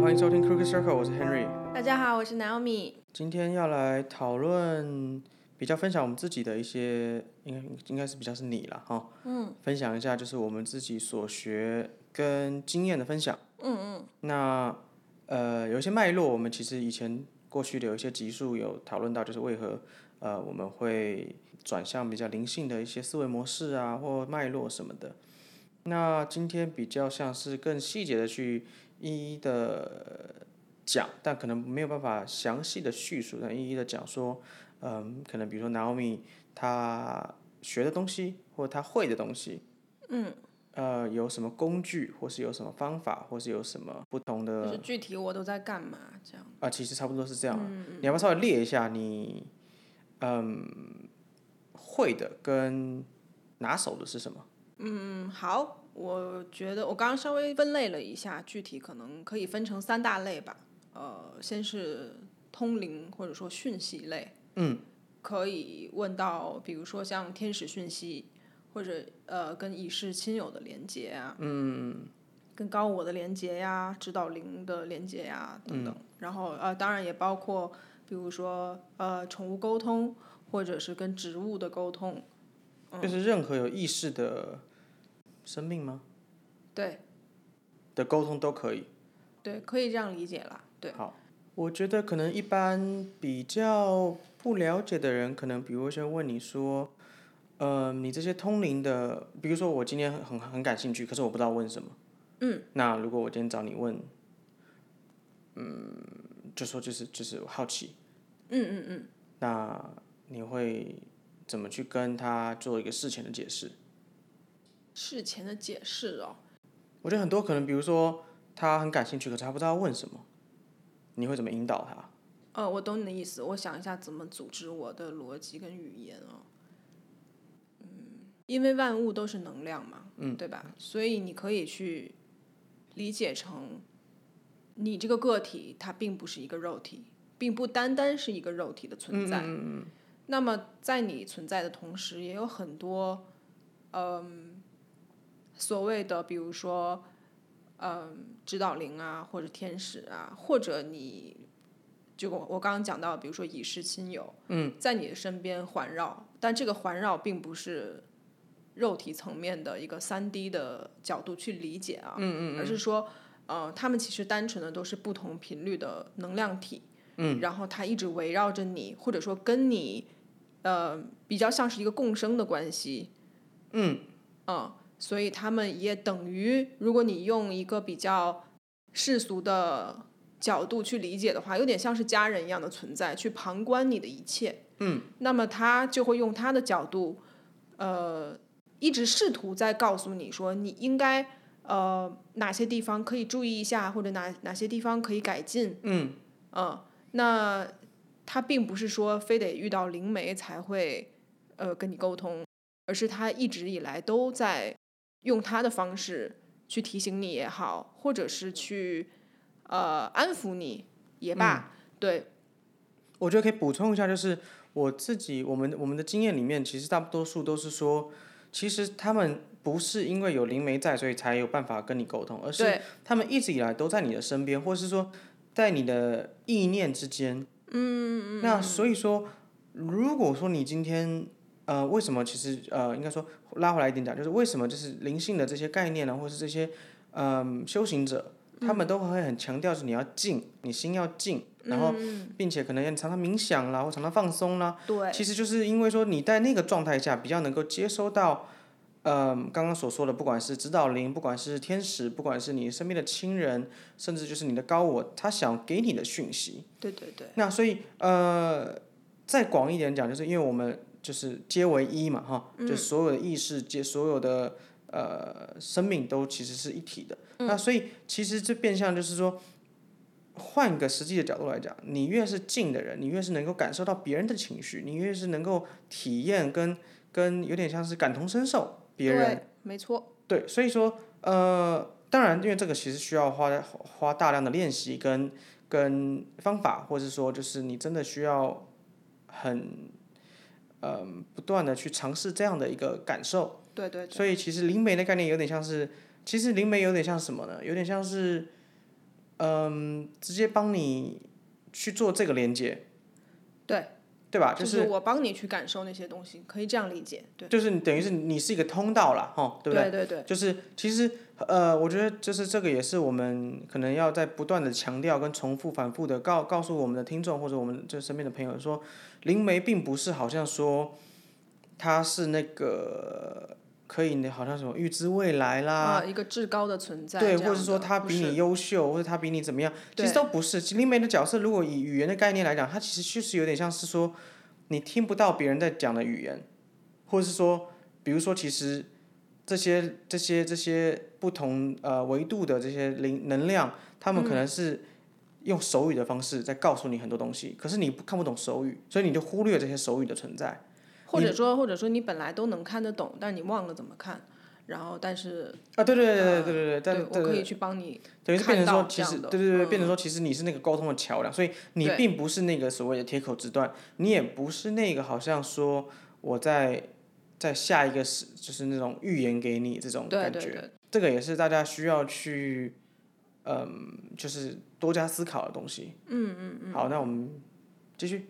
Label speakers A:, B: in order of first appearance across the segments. A: 欢迎收听 Crooked Circle，我是 Henry。
B: 大家好，我是 Naomi。
A: 今天要来讨论，比较分享我们自己的一些，应该应该是比较是你了哈。嗯。分享一下就是我们自己所学跟经验的分享。
B: 嗯嗯，
A: 那呃，有一些脉络，我们其实以前过去的有一些集数有讨论到，就是为何呃我们会转向比较灵性的一些思维模式啊，或脉络什么的。那今天比较像是更细节的去一一的讲，但可能没有办法详细的叙述，但一一的讲说，嗯，可能比如说 Naomi 她学的东西或她会的东西，嗯，呃，有什么工具，或是有什么方法，或是有什么不同的
B: 就是具体我都在干嘛这样。
A: 啊、其实差不多是这样啊。你要不要稍微列一下你，嗯，会的跟拿手的是什么？
B: 嗯，好，我觉得我刚刚稍微分类了一下，具体可能可以分成三大类吧。呃，先是通灵或者说讯息类，
A: 嗯，
B: 可以问到，比如说像天使讯息，或者呃跟已逝亲友的连接啊，嗯，跟高我的连接呀、指导灵的连接呀等等。然后呃，当然也包括比如说呃宠物沟通，或者是跟植物的沟通，
A: 就是任何有意识的生命吗？
B: 对。
A: 的沟通都可以。
B: 对，可以这样理解啦。对，
A: 我觉得可能一般比较不了解的人，可能比如会先问你说，呃，你这些通灵的，比如说我今天很很很感兴趣，可是我不知道问什么。嗯。那如果我今天找你问，嗯，就说就是就是好奇。
B: 嗯嗯嗯，
A: 那你会怎么去跟他做一个事前的解释？
B: 事前的解释哦，
A: 我觉得很多可能，比如说他很感兴趣，可是他不知道问什么，你会怎么引导他？
B: 呃，我懂你的意思，我想一下怎么组织我的逻辑跟语言哦。嗯，因为万物都是能量嘛，嗯，对吧？所以你可以去理解成，你这个个体它并不是一个肉体，并不单单是一个肉体的存在。嗯嗯那么在你存在的同时，也有很多，嗯，所谓的比如说。嗯，指导灵啊，或者天使啊，或者你就我我刚刚讲到，比如说已逝亲友，嗯，在你的身边环绕，但这个环绕并不是肉体层面的一个三 D 的角度去理解啊，嗯嗯而是说，呃，他们其实单纯的都是不同频率的能量体，嗯，然后它一直围绕着你，或者说跟你，呃，比较像是一个共生的关系，嗯，啊、所以他们也等于，如果你用一个比较世俗的角度去理解的话，有点像是家人一样的存在，去旁观你的一切。嗯，那么他就会用他的角度，呃，一直试图在告诉你说，你应该呃哪些地方可以注意一下，或者哪哪些地方可以改进。
A: 嗯，
B: 嗯，那他并不是说非得遇到灵媒才会呃跟你沟通，而是他一直以来都在用他的方式去提醒你也好，或者是去呃安抚你也罢，对，
A: 我觉得可以补充一下，就是我自己我们我们的经验里面，其实大多数都是说，其实他们不是因为有灵媒在，所以才有办法跟你沟通，而是
B: 对
A: 他们一直以来都在你的身边，或是说在你的意念之间。嗯嗯。那所以说，如果说你今天呃，为什么其实呃，应该说拉回来一点讲，就是为什么就是灵性的这些概念呢，或是这些嗯、修行者，他们都会很强调是你要静，你心要静，然后并且可能要你常常冥想啦，或常常放松啦。
B: 对，
A: 其实就是因为说你在那个状态下比较能够接收到，呃，刚刚所说的，不管是指导灵，不管是天使，不管是你身边的亲人，甚至就是你的高我，他想给你的讯息。
B: 对对对，
A: 那所以呃，再广一点讲，就是因为我们就是皆为一嘛，哈，就所有的意识皆所有的呃生命都其实是一体的。那所以其实这变相就是说，换个实际的角度来讲，你越是近的人，你越是能够感受到别人的情绪，你越是能够体验跟跟有点像是感同身受别人
B: 对，没错，
A: 对，所以说，呃，当然，因为这个其实需要花花大量的练习跟跟方法，或者说就是你真的需要很，嗯、不断的去尝试这样的一个感受。
B: 对对对，
A: 所以其实灵媒的概念有点像是，其实灵媒有点像什么呢？有点像是，嗯，直接帮你去做这个连接，
B: 对，
A: 对吧？
B: 就是我帮你去感受那些东西，可以这样理解，对，
A: 就是你等于是你是一个通道啦，哈，对不
B: 对对对
A: 就是其实呃，我觉得就是这个也是我们可能要在不断的强调跟重复、反复的告告诉我们的听众或者我们这身边的朋友说，灵媒并不是好像说它是那个可以好像什么预知未来啦，
B: 啊，一个至高的存在这
A: 对，
B: 样的，
A: 或者说他
B: 不
A: 比
B: 是
A: 你优秀，或者他比你怎么样，其实
B: 对
A: 都不是。其实灵媒的角色，如果以语言的概念来讲，它其实就是有点像是说，你听不到别人在讲的语言，或者是说，比如说，其实这些这些这些不同呃维度的这些灵能量，他们可能是用手语的方式在告诉你很多东西，可是你不看不懂手语，所以你就忽略这些手语的存在。
B: 或者说或者说你本来都能看得懂，但你忘了怎么看，然后但是
A: 啊，对对对对对对对，但
B: 对我可以去帮你，
A: 等于是变成
B: 看
A: 说，
B: 到
A: 其
B: 这
A: 实
B: 样的
A: 对对对，
B: 嗯
A: 变成说，其实你是那个沟通的桥梁，所以你
B: 对
A: 并不是那个所谓的铁口直断，你也不是那个好像说我在在下一个是就是那种预言给你这种
B: 对
A: 感
B: 对
A: 觉，
B: 对，
A: 这个也是大家需要去，嗯，就是多加思考的东西。
B: 嗯嗯嗯，
A: 好，那我们继续。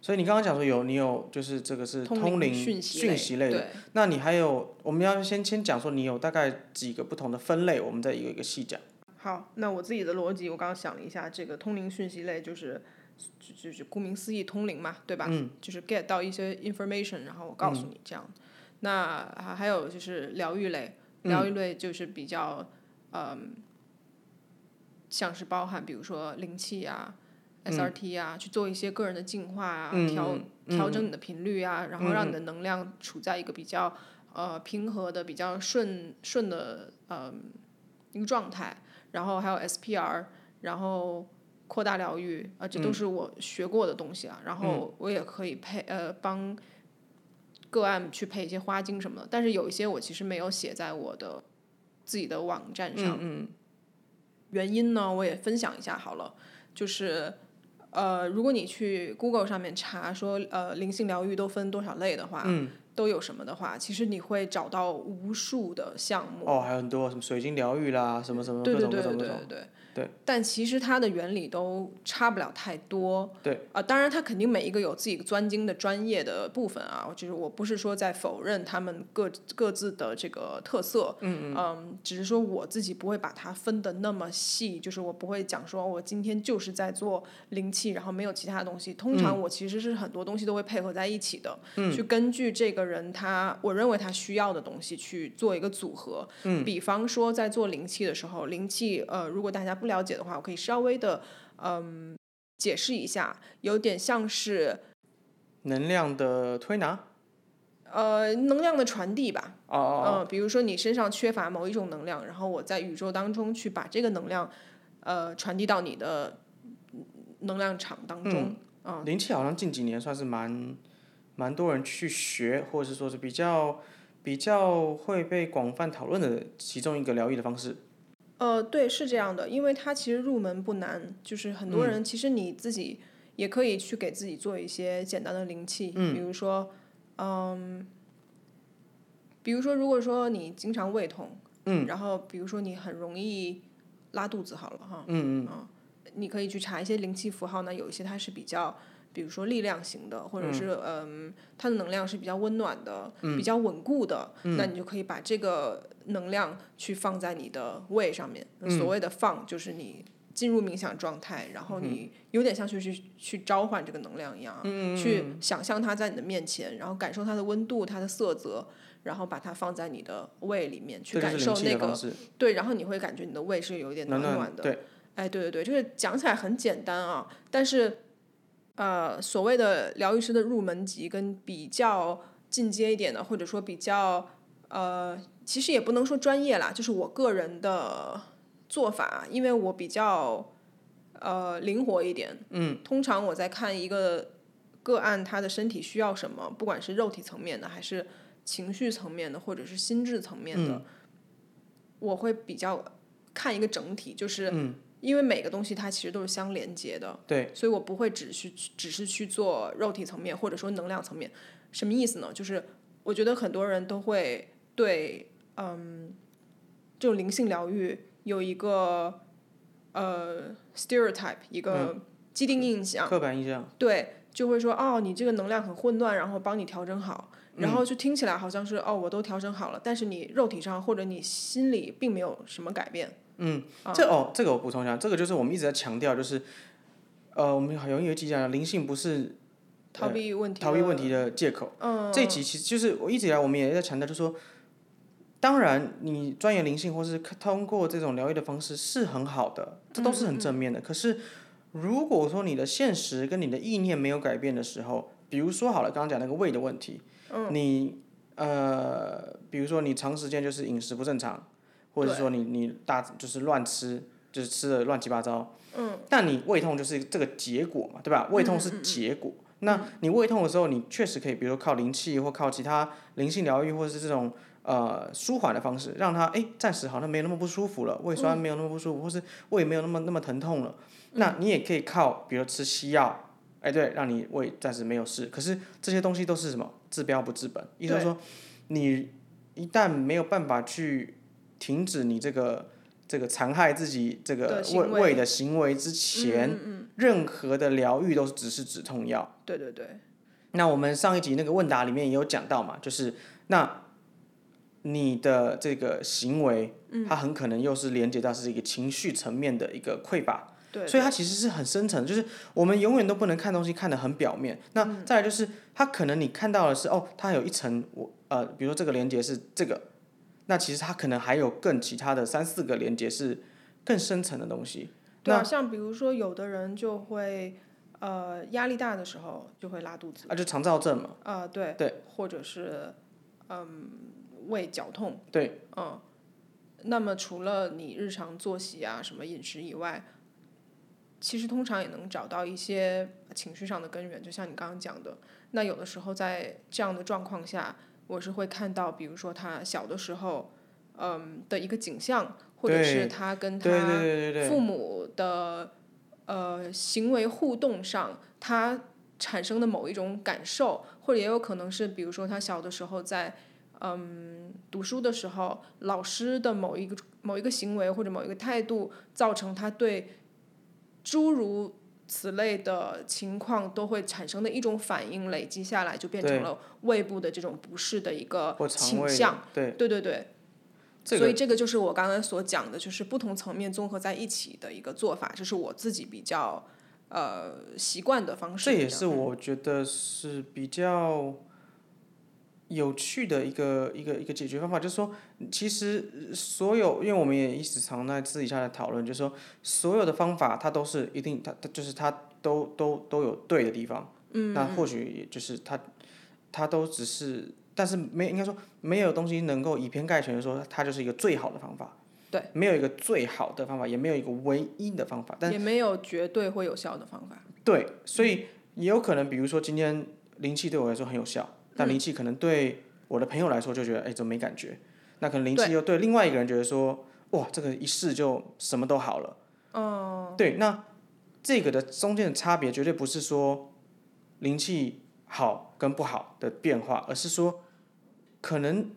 A: 所以你刚刚讲说有你有就是这个是通灵
B: 讯
A: 讯息类的，
B: 对，
A: 那你还有我们要先先讲说你有大概几个不同的分类，我们再一个一个细讲。
B: 好，那我自己的逻辑，我刚刚想了一下，这个通灵讯息类就是，就就是顾名思义通灵嘛，对吧？嗯，就是 get 到一些 information，然后我告诉
A: 嗯
B: 你这样。那还还有就是疗愈类，疗
A: 嗯
B: 愈类就是比较，嗯，像是包含比如说灵气啊、SRT 啊，去做一些个人的净化啊，
A: 嗯
B: 调
A: 嗯
B: 调整你的频率啊，然后让你的能量处在一个比较呃平和的、比较顺顺的呃一个状态，然后还有 SPR，然后扩大疗愈啊，
A: 嗯
B: 这都是我学过的东西啊。然后我也可以配呃帮个案去配一些花精什么的，但是有一些我其实没有写在我的自己的网站上。
A: 嗯嗯
B: 原因呢，我也分享一下好了，就是呃，如果你去 Google 上面查说呃灵性疗愈都分多少类的话，
A: 嗯
B: 都有什么的话，其实你会找到无数的项目。
A: 哦，还有很多什么水晶疗愈啦，什么什么
B: 对
A: 各
B: 对
A: 种
B: 对
A: 各
B: 对
A: 种各
B: 对
A: 种，
B: 对
A: 对。
B: 但其实它的原理都差不了太多。
A: 对
B: 啊、当然它肯定每一个有自己专精的专业的部分啊，就是我不是说在否认他们各各自的这个特色，嗯嗯只是说我自己不会把它分的那么细，就是我不会讲说我今天就是在做灵气，然后没有其他东西。通常我其实是很多东西都会配合在一起的，去根据这个人他我认为他需要的东西去做一个组合。比方说在做灵气的时候，灵气呃，如果大家不了解的话，我可以稍微的嗯解释一下，有点像是
A: 能量的推拿。
B: 呃能量的传递吧。
A: 哦哦
B: 呃，比如说你身上缺乏某一种能量，然后我在宇宙当中去把这个能量呃传递到你的能量场当中。
A: 哦，灵气好像近几年算是蛮蛮多人去学，或者是说是比较比较会被广泛讨论的其中一个疗愈的方式。
B: 呃，对，是这样的，因为它其实入门不难，就是很多人其实你自己也可以去给自己做一些简单的灵气，比如说，嗯，比如说，如果说你经常胃痛，嗯，然后比如说你很容易拉肚子，好了哈，嗯嗯，你可以去查一些灵气符号呢，有一些它是比较。比如说力量型的，或者是嗯它的能量是比较温暖的，
A: 嗯
B: 比较稳固的，那你就可以把这个能量去放在你的胃上面。
A: 嗯
B: 所谓的放，就是你进入冥想状态，然
A: 嗯
B: 后你有点像去去去召唤这个能量一样啊，
A: 嗯
B: 去想象它在你的面前，然后感受它的温度、它的色泽，然后把它放在你的胃里面去
A: 这就
B: 感
A: 是灵
B: 受
A: 气
B: 那
A: 的方
B: 个
A: 式，
B: 对，然后你会感觉你的胃是有一点暖
A: 暖
B: 暖的。
A: 对，
B: 哎，对对对，就是讲起来很简单啊，但是，呃，所谓的疗愈师的入门级跟比较进阶一点的，或者说比较呃，其实也不能说专业啦，就是我个人的做法，因为我比较呃灵活一点。嗯，通常我在看一个个案他的身体需要什么，不管是肉体层面的，还是情绪层面的，或者是心智层面的，我会比较看一个整体，就是。因为每个东西它其实都是相连接的，
A: 对，
B: 所以我不会只是去只是去做肉体层面或者说能量层面，什么意思呢？就是我觉得很多人都会对嗯这种灵性疗愈有一个嗯呃 stereotype 一个
A: 嗯
B: 既定印象，
A: 刻板印象，
B: 对，就会说哦，你这个能量很混乱，然后帮你调整好，
A: 嗯
B: 然后就听起来好像是哦，我都调整好了，但是你肉体上或者你心里并没有什么改变。
A: 嗯，这哦，这个我补充一下，这个就是我们一直在强调，就是呃，我们好像有一集讲了灵性不是
B: 逃避问题，
A: 呃逃避问题的借口。嗯，这一集其实就是我一直以来我们也在强调，就是说，当然你钻研灵性或是通过这种疗愈的方式是很好的，这都是很正面的。可是如果说你的现实跟你的意念没有改变的时候，比如说好了，刚刚讲那个胃的问题，嗯、你呃，比如说你长时间就是饮食不正常，或者是说你你大就是乱吃，就是吃的乱七八糟，嗯，但你胃痛就是这个结果嘛，对吧？胃痛是结果。那你胃痛的时候，你确实可以，比如说靠灵气或靠其他灵性疗愈，或者是这种呃舒缓的方式，让它哎暂时好像没有那么不舒服了，胃酸没有那么不舒服，或是胃没有那么那么疼痛了。那你也可以靠，比如吃西药，哎对，让你胃暂时没有事。可是这些东西都是什么治标不治本，意思是说你一旦没有办法去停止你这个。这个残害自己这个
B: 的行
A: 胃
B: 为嗯
A: 胃的行为之前，任何的疗愈都是只是止痛药。
B: 对对对，
A: 那我们上一集那个问答里面也有讲到嘛，就是那你的这个行为，
B: 嗯
A: 它很可能又是连接到是一个情绪层面的一个匮乏，
B: 对，
A: 所以它其实是很深层的，就是我们永远都不能看东西看得很表面。
B: 嗯
A: 那再来就是，它可能你看到的是哦，它有一层我呃，比如说这个连接是这个，那其实它可能还有更其他的三四个连接是更深层的东西。
B: 对啊，像比如说有的人就会呃压力大的时候就会拉肚子，
A: 啊，就肠燥症嘛，
B: 啊、对
A: 对，
B: 或者是嗯胃绞痛，
A: 对，
B: 嗯，那么除了你日常作息啊什么饮食以外，其实通常也能找到一些情绪上的根源，就像你刚刚讲的，那有的时候在这样的状况下，我是会看到，比如说他小的时候，嗯的一个景象，或者
A: 对
B: 是他跟他
A: 对对对对对，
B: 嗯父母的呃行为互动上，他产生的某一种感受，或者也有可能是，比如说他小的时候在嗯读书的时候，老师的某一个某一个行为或者某一个态度，造成他对诸如此类的情况都会产生的一种反应，累积下来就变
A: 对
B: 成了胃部的这种不适的一个
A: 或肠
B: 倾
A: 胃
B: 向。
A: 的，对，
B: 对对对，
A: 这个
B: 所以这个就是我刚才所讲的，就是不同层面综合在一起的一个做法，这是我自己比较呃习惯的方式。
A: 这也是我觉得是比较有趣的一个一个一个解决方法，就是说，其实所有，因为我们也一直常在私底下的讨论，就是说，所有的方法它都是一定，它它就是它都都都有对的地方，嗯，那或许也就是它它都只是，但是没应该说没有东西能够以偏概全的说它就是一个最好的方法，
B: 对，
A: 没有一个最好的方法，也没有一个唯一的方法，但
B: 也没有绝对会有效的方法。
A: 对，所以也有可能，比如说今天灵气对我来说很有效，但灵气可能对我的朋友来说就觉得，哎，怎么没感觉？那可能灵气又对另外一个人觉得说，哇，这个一试就什么都好了。哦，对，那这个的中间的差别绝对不是说灵气好跟不好的变化，而是说可能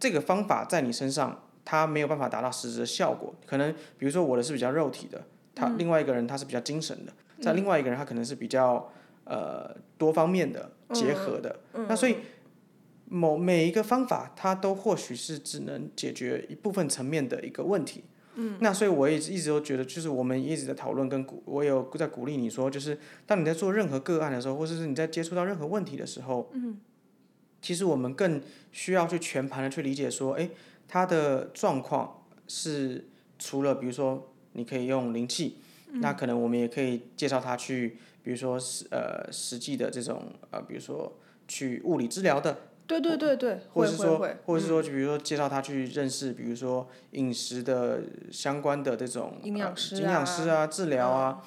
A: 这个方法在你身上。它没有办法达到实质的效果，可能比如说我的是比较肉体的，他另外一个人他是比较精神的，在另外一个人他可能是比较呃多方面的结合的。那所以某每一个方法，它都或许是只能解决一部分层面的一个问题。嗯，那所以我也一直都觉得，就是我们一直在讨论跟鼓，我有在鼓励你说，就是当你在做任何个案的时候，或者是你在接触到任何问题的时候，嗯，其实我们更需要去全盘的去理解说，哎，他的状况是除了比如说你可以用灵气，那可能我们也可以介绍他去，比如说实呃实际的这种呃，比如说去物理治疗的，
B: 对对对对，
A: 或
B: 会
A: 者是
B: 会
A: 说，
B: 会，嗯
A: 或者是说，就比如说介绍他去认识，比如说饮食的相关的这种
B: 营养
A: 呃
B: 师
A: 营养师啊、治疗啊，
B: 啊，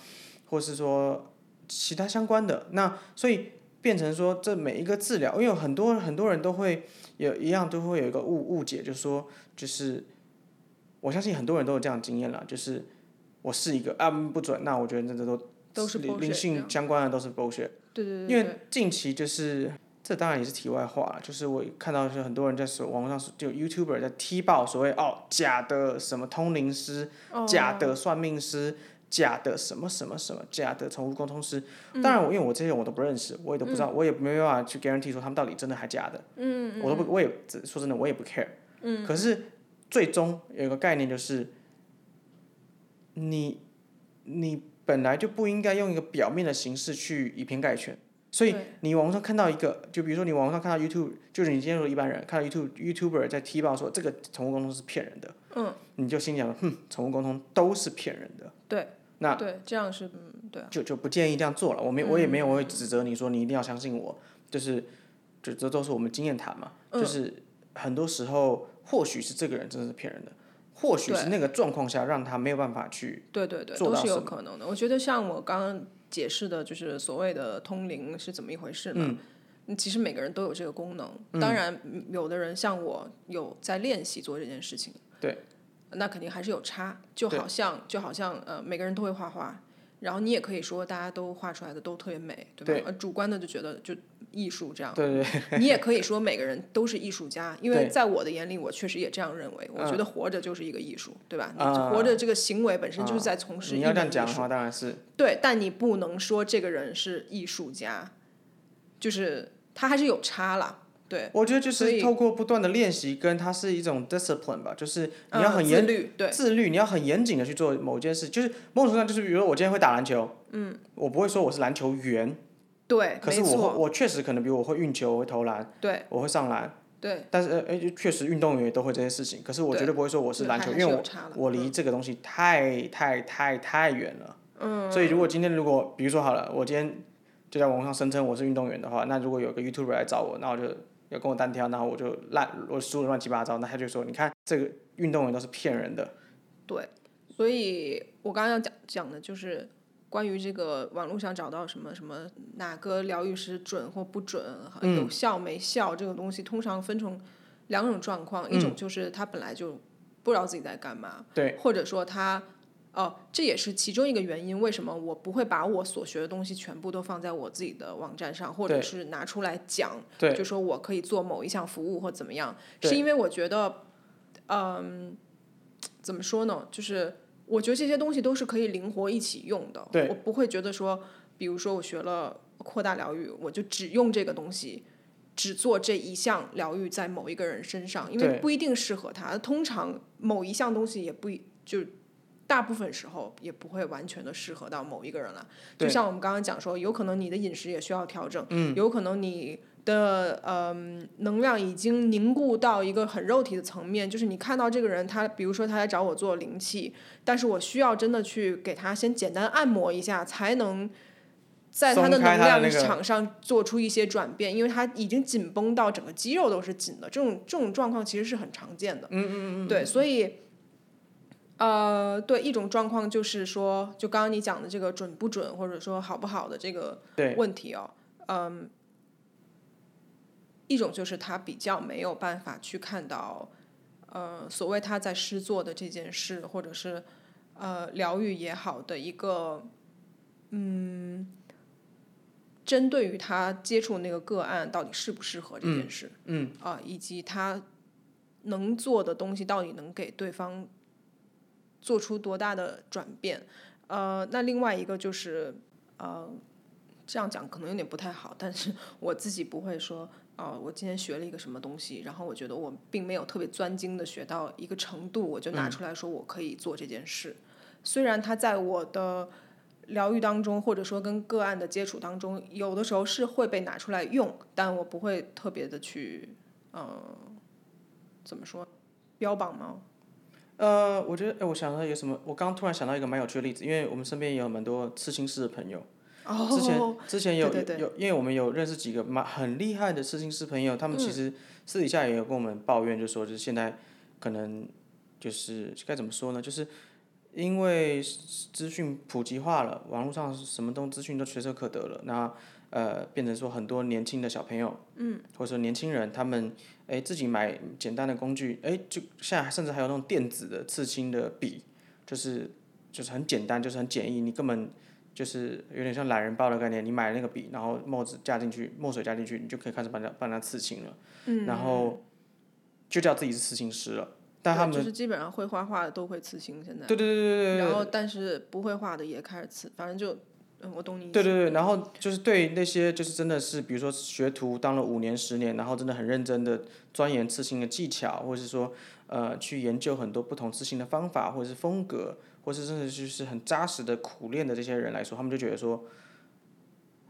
A: 或是说其他相关的。那所以变成说，这每一个治疗，因为有很多很多人都会有一样都会有一个误误解，就是说，就是我相信很多人都有这样的经验了，就是我试一个啊嗯不准，那我觉得这这都
B: 都是
A: 灵灵
B: bullshit 这
A: 性
B: 样
A: 相关的都是 bullshit，
B: 对对对
A: 因
B: 对
A: 为近期就是。这当然也是题外话了，就是我看到是很多人在说网络上就 YouTuber 在踢爆所谓哦假的什么通灵师、
B: 哦
A: 假的算命师、假的什么什么什么、假的宠物沟通师。
B: 嗯
A: 当然我，因为我这些人我都不认识，我也都不知道，我也没办法去 guarantee 说他们到底真的还假的。嗯我都不，我也只说真的，我也不 care。嗯。可是最终有一个概念就是，你你本来就不应该用一个表面的形式去以偏概全。所以
B: 对
A: 你网络上看到一个，就比如说你网络上看到 YouTube，就是你今天如果一般人看到 YouTube YouTuber 在踢爆说这个宠物沟通是骗人的，嗯，你就心想，哼，宠物沟通都是骗人的，
B: 对，
A: 那
B: 对，这样是嗯，对啊，
A: 就就不建议这样做了。我没我也没
B: 嗯
A: 有会指责你说你一定要相信我，就是就这都是我们经验谈嘛，
B: 嗯
A: 就是很多时候或许是这个人真的是骗人的，或许是
B: 对
A: 那个状况下让他没有办法去，
B: 对对对，
A: 做
B: 都
A: 到
B: 是有
A: 什么
B: 可能的。我觉得像我刚刚解释的，就是所谓的通灵是怎么一回事嘛。嗯其实每个人都有这个功能，当然嗯有的人像我有在练习做这件事情，
A: 对，
B: 那肯定还是有差。就好像就好像呃，每个人都会画画，然后你也可以说大家都画出来的都特别美，对吧？
A: 对
B: 呃主观的就觉得就艺术这样，
A: 对对对，
B: 你也可以说每个人都是艺术家，因为
A: 对嗯
B: 在我的眼里，我确实也这样认为。我觉得活着就是一个艺术，对吧？你
A: 啊
B: 活着这个行为本身就是在从事一
A: 你要
B: 门艺
A: 这样讲的
B: 术，
A: 话，当然是
B: 对。但你不能说这个人是艺术家，就是他还是有差啦。对，
A: 我觉得就
B: 所以
A: 是透过不断的练习，跟它是一种 discipline 吧，就是你
B: 嗯
A: 要很
B: 自
A: 严、
B: 律，对，
A: 自律，你要很严谨的去做某件事，就是某种程度上就是，比如说我今天会打篮球，嗯，我不会说我是篮球员，
B: 对，
A: 可
B: 没
A: 是我会
B: 错，
A: 我确实可能比如我会运球，我会投篮，
B: 对
A: 我会上篮，
B: 对，
A: 但是呃哎，就确实运动员也都会这些事情，可是我
B: 对
A: 绝对不会说我是篮球，
B: 还
A: 因
B: 是
A: 为
B: 有
A: 我
B: 差了
A: 我离这个东西太太太太远了，嗯，所以如果今天如果比如说好了，我今天就在网上声称我是运动员的话，那如果有个 YouTuber 来找我，那我就要跟我单挑，那我就烂，我输的乱七八糟，那他就说你看这个运动员都是骗人的，
B: 所以我刚刚要讲讲的就是关于这个网络上找到什么什么哪个疗愈师准或不准，有效没效这个东西，通常分成两种状况，一种就是他本来就不知道自己在干嘛，
A: 对，
B: 或者说他。哦，这也是其中一个原因，为什么我不会把我所学的东西全部都放在我自己的网站上，或者
A: 对
B: 是拿出来讲，
A: 对
B: 就说我可以做某一项服务或怎么样，
A: 对
B: 是因为我觉得，嗯，怎么说呢？就是我觉得这些东西都是可以灵活一起用的。
A: 对
B: 我不会觉得说，比如说我学了扩大疗愈，我就只用这个东西，只做这一项疗愈在某一个人身上，因为
A: 对
B: 不一定适合他。通常某一项东西也不一就。大部分时候也不会完全的适合到某一个人了，就
A: 对
B: 像我们刚刚讲说，有可能你的饮食也需要调整，嗯，有可能你的嗯能量已经凝固到一个很肉体的层面，就是你看到这个人，他比如说他来找我做灵气，但是我需要真的去给他先简单按摩一下，才能在他的
A: 松开
B: 能
A: 他的
B: 量
A: 那个
B: 场上做出一些转变，因为他已经紧绷到整个肌肉都是紧的，这种这种状况其实是很常见的。嗯嗯嗯，对，所以。呃，对，一种状况就是说，就刚刚你讲的这个准不准，或者说好不好的这个
A: 对
B: 问题哦，嗯，一种就是他比较没有办法去看到，呃，所谓他在诗作的这件事，或者是呃疗愈也好的一个，嗯，针对于他接触那个个案到底适不适合这件事，
A: 嗯
B: 啊、以及他能做的东西到底能给对方做出多大的转变。呃，那另外一个就是，呃，这样讲可能有点不太好，但是我自己不会说，哦、我今天学了一个什么东西，然后我觉得我并没有特别专精的学到一个程度，我就拿
A: 嗯
B: 出来说我可以做这件事。虽然它在我的疗愈当中，或者说跟个案的接触当中，有的时候是会被拿出来用，但我不会特别的去，嗯、怎么说，标榜吗？
A: 呃，我觉得，哎，我想到有什么，我刚刚突然想到一个蛮有趣的例子，因为我们身边也有蛮多刺青师的朋友，
B: 哦，
A: 之前之前有
B: 对对对
A: 有，因为我们有认识几个蛮很厉害的刺青师朋友，他们
B: 嗯
A: 其实私底下也有跟我们抱怨，就说就是现在可能就是该怎么说呢，就是因为资讯普及化了，网络上什么东资讯都随手可得了，那呃变成说很多年轻的小朋友，嗯，或者说年轻人他们哎自己买简单的工具，哎就现在甚至还有那种电子的刺青的笔，就是就是很简单，就是很简易，你根本。就是有点像懒人包的概念，你买了那个笔，然后墨子加进去，墨水加进去，你就可以开始帮它帮它刺青了，
B: 嗯，
A: 然后就叫自己是刺青师了。但他
B: 对就
A: 们
B: 是基本上会画画的都会刺青，现在
A: 对对对对对对
B: 然后但是不会画的也开始刺，反正就嗯，我懂你意思。
A: 对对对，然后就是对那些就是真的是，比如说学徒当了五年、十年，然后真的很认真的钻研刺青的技巧，或者是说呃去研究很多不同刺青的方法，或者是风格，或是真的就是很扎实的苦练的这些人来说，他们就觉得说，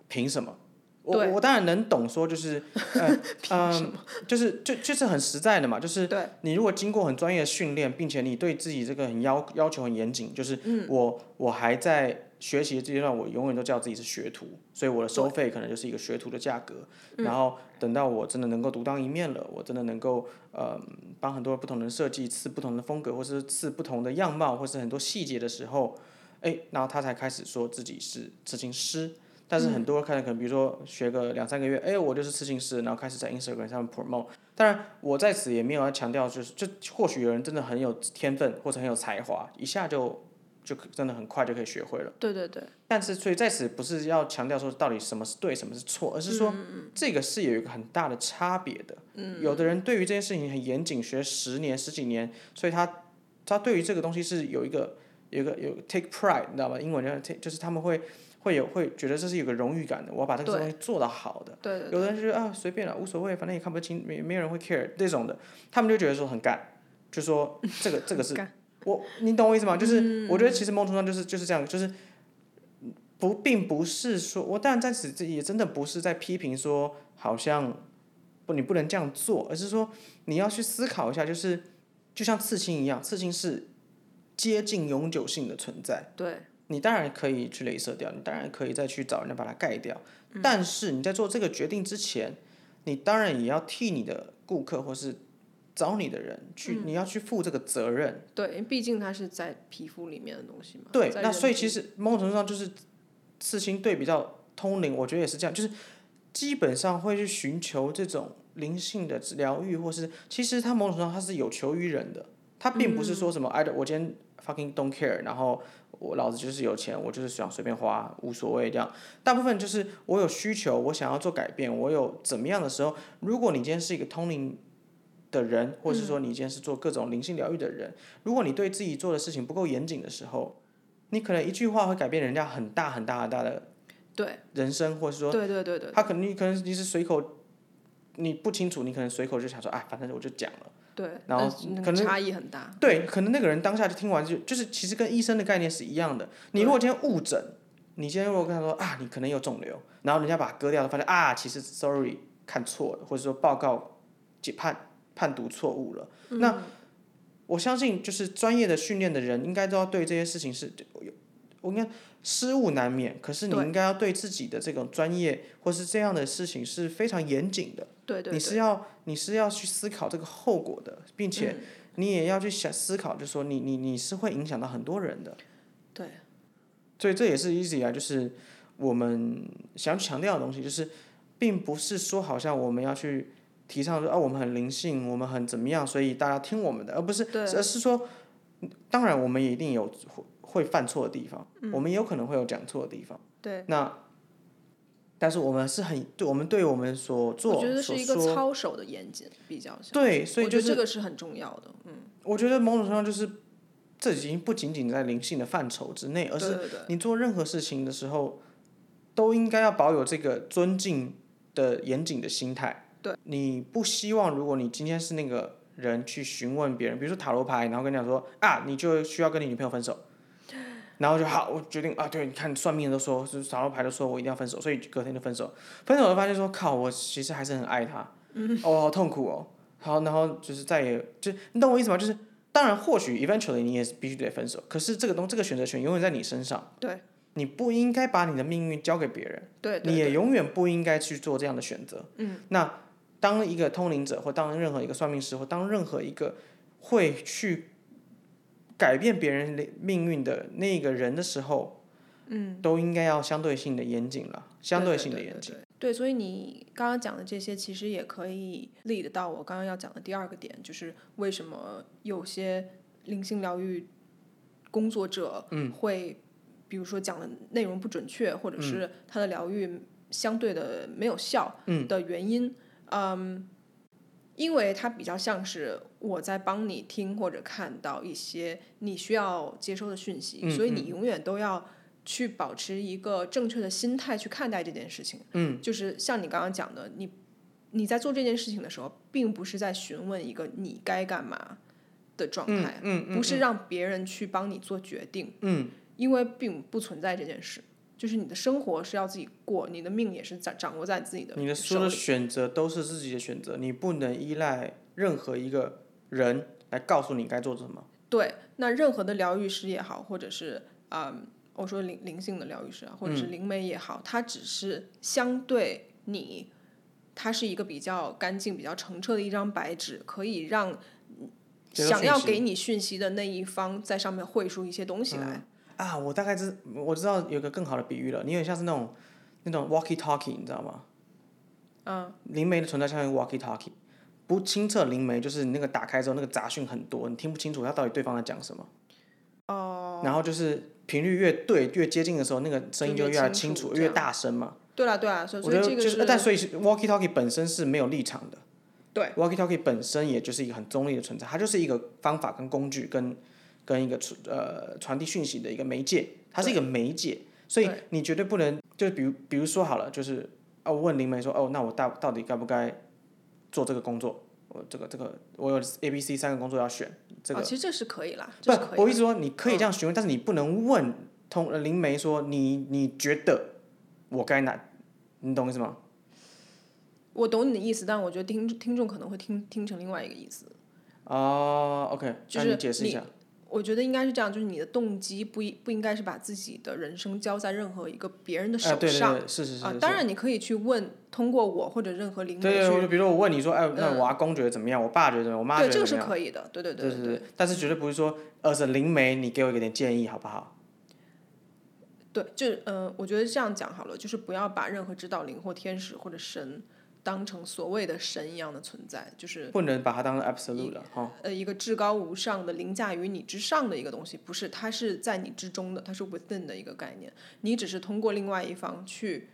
A: 凭什么？我
B: 对
A: 我当然能懂，说就是，呃嗯，就是就就是很实在的嘛，就是
B: 对
A: 你如果经过很专业的训练，并且你对自己这个很要要求很严谨，就是我、我还在学习的阶段，我永远都叫自己是学徒，所以我的收费可能就是一个学徒的价格。然后等到我真的能够独当一面了，我真的能够呃帮很多不同的设计刺不同的风格，或是刺不同的样貌，或是很多细节的时候，哎，然后他才开始说自己是刺青师。但是很多看可能，比如说学个两三个月，哎，我就是刺青师，然后开始在 Instagram 上面 promote。当然，我在此也没有要强调，就是就或许有人真的很有天分，或者很有才华，一下就就可真的很快就可以学会了。
B: 对对对，
A: 但是，所以在此不是要强调说到底什么是对，什么是错，而是说这个是有一个很大的差别的。嗯，有的人对于这件事情很严谨，学十年、十几年，所以他他对于这个东西是有一个有一个有一个 take pride，你知道吗？英文叫 take，就是他们会会有会觉得这是有个荣誉感的，我要把这个
B: 对
A: 东西做得好的。
B: 对对
A: 有
B: 对
A: 的人就觉得啊随便了，无所谓，反正也看不清，没没有人会 care 这种的，他们就觉得说很干，就说这个这个是
B: 干
A: 我，你懂我意思吗？就是我觉得其实某种程度上就是就是这样，就是不并不是说我当然在此也真的不是在批评说好像不你不能这样做，而是说你要去思考一下，就是就像刺青一样，刺青是接近永久性的存在。
B: 对
A: 你当然可以去镭射掉，你当然可以再去找人家把它盖掉。但是你在做这个决定之前，你当然也要替你的顾客或是找你的人去，你要去负这个责任。
B: 对，因为毕竟它是在皮肤里面的东西嘛。
A: 对，
B: 在
A: 那
B: 人
A: 所以
B: 体
A: 其实某种程度上就是刺青对比较通灵，我觉得也是这样，就是基本上会去寻求这种灵性的疗愈，或是其实它某种程度上它是有求于人的，它并不是
B: 嗯
A: 说什么、哎，我今天 fucking don't care，然后我老子就是有钱，我就是想随便花，无所谓这样。大部分就是我有需求，我想要做改变，我有怎么样的时候，如果你今天是一个通灵。的人，或是
B: 嗯
A: 说你今天是做各种灵性疗愈的人，如果你对自己做的事情不够严谨的时候，你可能一句话会改变人家很大很大很大的
B: 对
A: 人生，或者说
B: 对对对对
A: 他可能你可能你是随口，你不清楚，你可能随口就想说，哎，反正我就讲了。
B: 对，
A: 然后
B: 那那个
A: 可能
B: 差异很大。
A: 对，可能那个人当下就听完就就是其实跟医生的概念是一样的。你如果今天误诊，你今天如果跟他说啊，你可能有肿瘤，然后人家把它割掉了，发现啊，其实 sorry 看错了，或者说报告解判判读错误了，
B: 嗯
A: 那我相信就是专业的训练的人应该都要对这些事情是。我应该失误难免，可是你
B: 对
A: 应该要对自己的这种专业或是这样的事情是非常严谨的。
B: 对对嗯
A: 你
B: 对，
A: 是要你是要去思考这个后果的，并且你也要去想思考，就是说你你你是会影响到很多人的，
B: 对
A: 所以这也是一直以来就是我们想强调的东西，就是并不是说好像我们要去提倡说啊我们很灵性，我们很怎么样，所以大家听我们的，而不是
B: 对
A: 而是说，当然我们也一定有会会犯错的地方，我们也有可能会有讲错的地方，
B: 对，
A: 那。但是我们是很对，我们对我们所做
B: 我觉得是
A: 所
B: 一个
A: 说
B: 操守的严谨比较像。
A: 对，所以
B: 我
A: 就
B: 觉得
A: 是
B: 这个是很重要的。嗯，
A: 我觉得某种程度上就是，这已经不仅仅在灵性的范畴之内，而
B: 对
A: 是
B: 对对
A: 你做任何事情的时候，都应该要保有这个尊敬的严谨的心态。
B: 对，
A: 你不希望如果你今天是那个人去询问别人，比如说塔罗牌，然后跟你讲说啊，你就需要跟你女朋友分手。然后就好，我决定啊，对，你看算命的都说，就是塔罗牌都说我一定要分手，所以隔天就分手。分手了发现说，靠，我其实还是很爱他，哦，好痛苦哦。好，然后就是再也就你懂我意思吗？就是当然，或许 eventually 你也是必须得分手，可是这个东这个选择权永远在你身上。
B: 对，
A: 你不应该把你的命运交给别人，
B: 对对
A: 你也
B: 对
A: 永远不应该去做这样的选择。嗯，那当一个通灵者，或当任何一个算命师，或当任何一个会去改变别人的命运的那个人的时候，嗯，都应该要相对性的严谨了，相对性的严谨。
B: 对对对对对，所以你刚刚讲的这些，其实也可以 lead 到我刚刚要讲的第二个点，就是为什
A: 嗯
B: 么有些灵性疗愈工作者会比如说讲的内容不准确，或者是他的疗愈相对的没有效的原因，嗯因为它比较像是我在帮你听或者看到一些你需要接收的讯息，
A: 嗯
B: 所以你永远都要去保持一个正确的心态去看待这件事情。嗯，就是像你刚刚讲的，你你在做这件事情的时候，并不是在询问一个你该干嘛的状态，
A: 嗯
B: 不是让别人去帮你做决定，嗯，因为并不存在这件事，就是你的生活是要自己过，你的命也是掌掌握在自己的
A: 你的所
B: 手
A: 有的
B: 里。
A: 选择都是自己的选择，你不能依赖任何一个人来告诉你该做什么。
B: 对，那任何的疗愈师也好，或者是嗯，我说灵灵性的疗愈师啊，或者是
A: 嗯
B: 灵媒也好，它只是相对你，它是一个比较干净、比较澄澈的一张白纸，可以让
A: 接收
B: 想
A: 讯
B: 要
A: 息
B: 给你讯息的那一方在上面绘出一些东西来。
A: 啊，我大概知我知道有个更好的比喻了，你有点像是那种那种 walkie talkie，你知道吗？嗯，灵媒的存在相当于 walkie talkie，不清澈灵媒就是你那个打开之后那个杂讯很多，你听不清楚他到底对方在讲什么。哦。然后就是频率越对越接近的时候，那个声音
B: 就
A: 就
B: 越
A: 越来清
B: 清楚
A: 楚啊
B: 这
A: 越
B: 样
A: 大声嘛。
B: 对啦，对啦，所
A: 嗯
B: 以
A: 我
B: 所以
A: 觉
B: 这
A: 得
B: 个
A: 就是，但所以 walkie talkie 本身是没有立场的。
B: 对
A: walkie talkie 本身也就是一个很中立的存在，它就是一个方法跟工具跟跟一个传呃传递讯息的一个媒介，它是一个媒介，所以
B: 对
A: 你绝对不能就是比如比如说好了，就是哦我问灵媒说哦那我到到底该不该做这个工作？我这个这个我有 A B C 三个工作要选，这个、
B: 哦，其实这是可以啦，这是可以嗯
A: 不，
B: 的。
A: 我意思说你可以这样询问，但是你不能问通呃灵媒说你你觉得我该哪，你懂我意思吗？
B: 我懂你的意思，但我觉得听听众可能会听听成另外一个意思。
A: 哦、o k
B: 就
A: 那
B: 是
A: 你解释一
B: 你
A: 下，
B: 我觉得应该是这样，就是你的动机不一不应该是把自己的人生交在任何一个别人的手
A: 啊，对对
B: 上啊、
A: 对，是是是是
B: 当然，你可以去问，通过我或者任何灵
A: 对
B: 媒
A: 对，我
B: 去，
A: 就比如说我问你说，哎，那
B: 嗯
A: 我阿公觉得怎么样？我爸觉得怎么样？我妈觉
B: 对，
A: 得
B: 这
A: 怎么
B: 个是
A: 样？
B: 可以的，对对
A: 对
B: 对
A: 对，但是绝对不是说，呃，是灵媒，你给我一点建议好不好？
B: 对，就是呃，我觉得这样讲好了，就是不要把任何指导灵或天使或者神当成所谓的神一样的存在，就是
A: 不能把它当成 absolute 了哈。
B: 呃一个至高无上的凌驾于你之上的一个东西，不是，它是在你之中的，它是 within 的一个概念。你只是通过另外一方去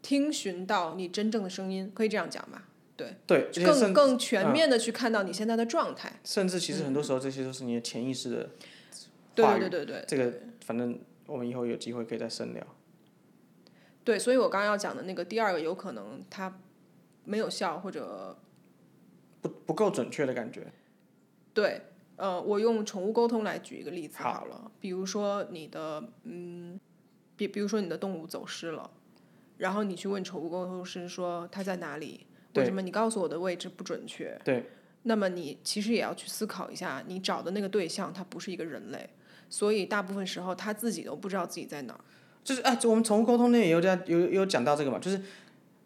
B: 听寻到你真正的声音，可以这样讲吧？对，
A: 对，而且
B: 更
A: 甚
B: 更全面的去看到你现在的状态。
A: 甚至其实很
B: 嗯
A: 多时候这些都是你的潜意识的
B: 对
A: 话语。
B: 对对对对
A: 这个反正我们以后有机会可以再深聊。
B: 对，所以我刚刚要讲的那个第二个，有可能它没有效，或者
A: 不不够准确的感觉，
B: 对。呃，我用宠物沟通来举一个例子
A: 好
B: 好了，比如说你的嗯，比比如说你的动物走失了，然后你去问宠物沟通师说它在哪里，为
A: 对
B: 什么你告诉我的位置不准确？
A: 对，
B: 那么你其实也要去思考一下，你找的那个对象它不是一个人类，所以大部分时候他自己都不知道自己在哪儿。
A: 就是哎，我们宠物沟通那也有讲有有讲到这个嘛，就是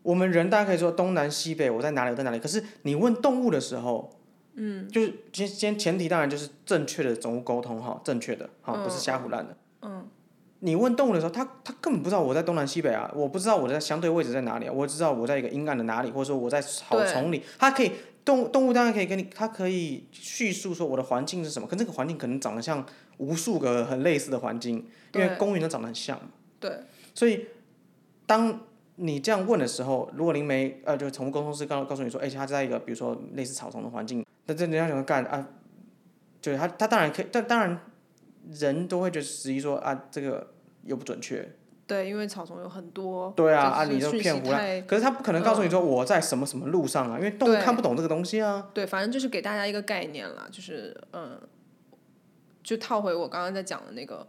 A: 我们人大家可以说东南西北，我在哪里，我在哪里。可是你问动物的时候，嗯，就是先先前提当然就是正确的宠物沟通哈，正确的哈，不是瞎胡乱的。嗯，你问动物的时候，它它根本不知道我在东南西北啊，我不知道我在相对位置在哪里啊，我只知道我在一个阴暗的哪里，或者说我在草
B: 对
A: 丛里，它可以。动物动物当然可以跟你，它可以叙述说我的环境是什么，可这个环境可能长得像无数个很类似的环境，因为
B: 对
A: 公园都长得很像。
B: 对，
A: 所以，当你这样问的时候，如果灵媒呃，就是宠物沟通师告告诉你说，哎、它在一个比如说类似草丛的环境，那这人家想说干啊，就是他他当然可以，但当然人都会觉得质疑说啊，这个又不准确，
B: 对，因为草丛有很多，
A: 对啊啊，
B: 就是
A: 你就
B: 讯息
A: 骗胡
B: 太嗯
A: 乱。可是他不可能告诉你说我在什么什么路上啊，因为动物
B: 对
A: 看不懂这个东西啊。
B: 对，反正就是给大家一个概念啦，就是嗯，就套回我刚刚在讲的那个，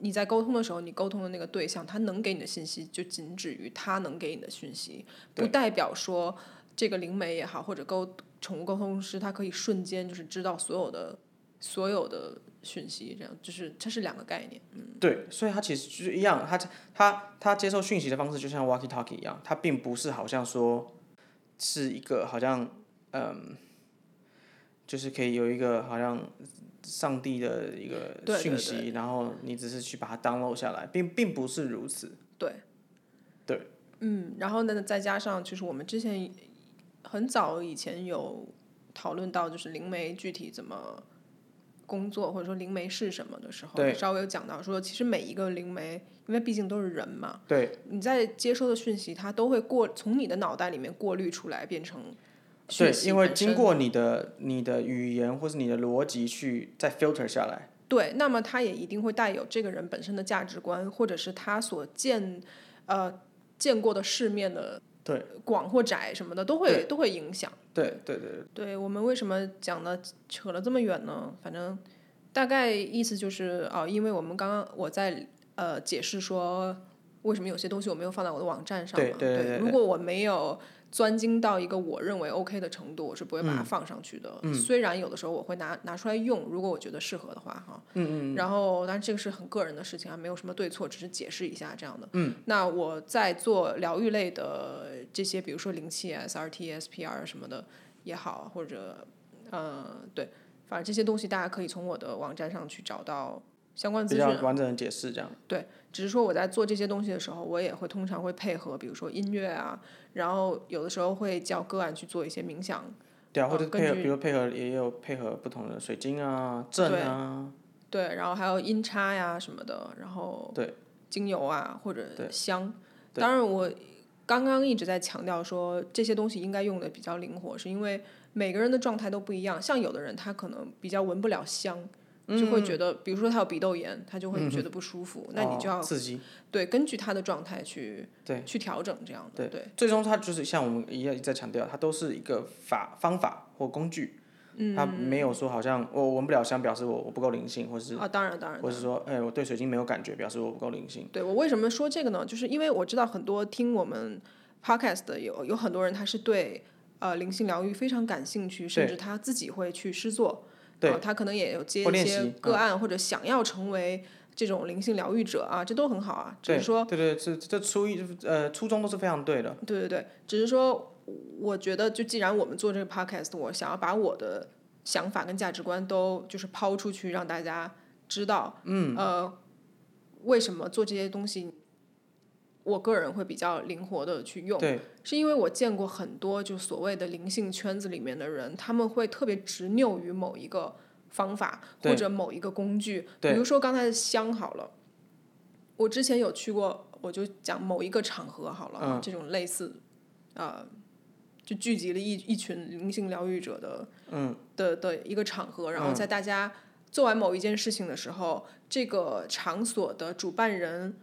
B: 你在沟通的时候，你沟通的那个对象，他能给你的信息就仅止于他能给你的讯息，不代表说这个灵媒也好，或者沟宠物沟通师，他可以瞬间就是知道所有的所有的讯息，这样就是这是两个概念。
A: 对，所以他其实就是一样，他他他接受讯息的方式就像 walkie talkie 一样，他并不是好像说是一个好像嗯，就是可以有一个好像上帝的一
B: 对
A: 个
B: 对
A: 讯息，然后你只是去把它 download 下来，并并不是如此。
B: 对，
A: 对，
B: 嗯，然后呢，再加上就是我们之前很早以前有讨论到，就是灵媒具体怎么工作或者说灵媒是什么的时候，
A: 对
B: 稍微有讲到说，其实每一个灵媒，因为毕竟都是人嘛，
A: 对，
B: 你在接收的讯息，它都会过从你的脑袋里面过滤出来，变成
A: 对
B: 讯，息
A: 因为
B: 本
A: 经
B: 身
A: 过你的你的语言或是你的逻辑去再 filter 下来，
B: 对，那么它也一定会带有这个人本身的价值观，或者是他所见呃见过的世面的
A: 对
B: 广或窄什么的，都会都会影响。
A: 对对对
B: 对我们为什么讲的扯了这么远呢？反正大概意思就是啊、因为我们刚刚我在呃解释说为什么有些东西我没有放在我的网站上嘛。
A: 对对对对
B: 如果我没有钻精到一个我认为 OK 的程度，我是不会把它放上去的。虽然有的时候我会拿拿出来用，如果我觉得适合的话哈。嗯嗯。然后，但是这个是很个人的事情啊，没有什么对错，只是解释一下这样的。嗯。那我在做疗愈类的这些，比如说灵气、SRT、SPR 什么的也好，或者呃，对，反正这些东西大家可以从我的网站上去找到相关
A: 比
B: 资讯
A: 较
B: 啊。
A: 完整的解释这样。
B: 对，只是说我在做这些东西的时候，我也会通常会配合，比如说音乐啊，然后有的时候会叫个案去做一些冥想，
A: 对啊，或
B: 呃
A: 者
B: 根
A: 配合，
B: 据
A: 比如配合也有配合不同的水晶啊、阵
B: 对
A: 啊，
B: 对，然后还有音叉呀、什么的，然后
A: 对
B: 精油啊或者
A: 对
B: 香。
A: 对
B: 当然，我刚刚一直在强调说这些东西应该用的比较灵活，是因为每个人的状态都不一样。像有的人他可能比较闻不了香，就会
A: 嗯
B: 觉得，比如说他有鼻窦炎，他就会觉得不舒服，那你就
A: 哦
B: 要
A: 刺激。
B: 对根据他的状态去
A: 对
B: 去调整这样的。对
A: 最终它就是像我们一样一直在强调，它都是一个法方法或工具，
B: 嗯
A: 它没有说好像我闻不了香，表示我我不够灵性，或是
B: 啊，当然当然
A: 或，是说，哎，我对水晶没有感觉，表示我不够灵性。
B: 对我为什么说这个呢？就是因为我知道很多听我们 podcast 的有有很多人，他是对呃灵性疗愈非常感兴趣，甚
A: 对
B: 至他自己会去施作。
A: 对
B: 呃他可能也有接
A: 或
B: 一
A: 练
B: 些
A: 习嗯
B: 个案，或者想要成为这种灵性疗愈者啊，这都很好啊。只
A: 对
B: 是说，
A: 对对，这这初一呃初衷都是非常对的。
B: 对对对，只是说，我觉得就既然我们做这个 podcast，我想要把我的想法跟价值观都就是抛出去，让大家知道，嗯，呃，为什么做这些东西，我个人会比较灵活的去用，
A: 对
B: 是因为我见过很多就所谓的灵性圈子里面的人，他们会特别执拗于某一个方法
A: 对
B: 或者某一个工具，比
A: 对
B: 如说刚才的香好了，我之前有去过，我就讲某一个场合好了，
A: 嗯
B: 这种类似，呃，就聚集了一一群灵性疗愈者的，
A: 嗯，
B: 的的一个场合，然后在大家做完某一件事情的时候，这个场所的主办人，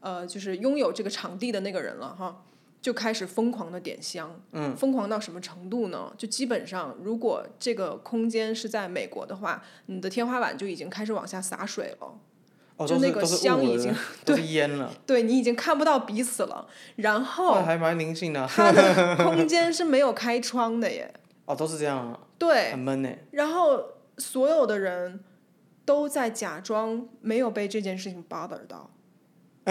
B: 呃，就是拥有这个场地的那个人了哈，就开始疯狂的点香，嗯，疯狂到什么程度呢？就基本上，如果这个空间是在美国的话，你的天花板就已经开始往下洒水了。
A: 哦，
B: 就
A: 都
B: 那
A: 是
B: 个
A: 都是
B: 香
A: 雾
B: 已
A: 了
B: 经
A: 都是烟了，
B: 对你已经看不到彼此了，然
A: 哇
B: 后
A: 还蛮灵性的啊。
B: 它的空间是没有开窗的耶，
A: 哦，都是这样啊，
B: 对，
A: 很闷呢。
B: 然后所有的人都在假装没有被这件事情 bother 到，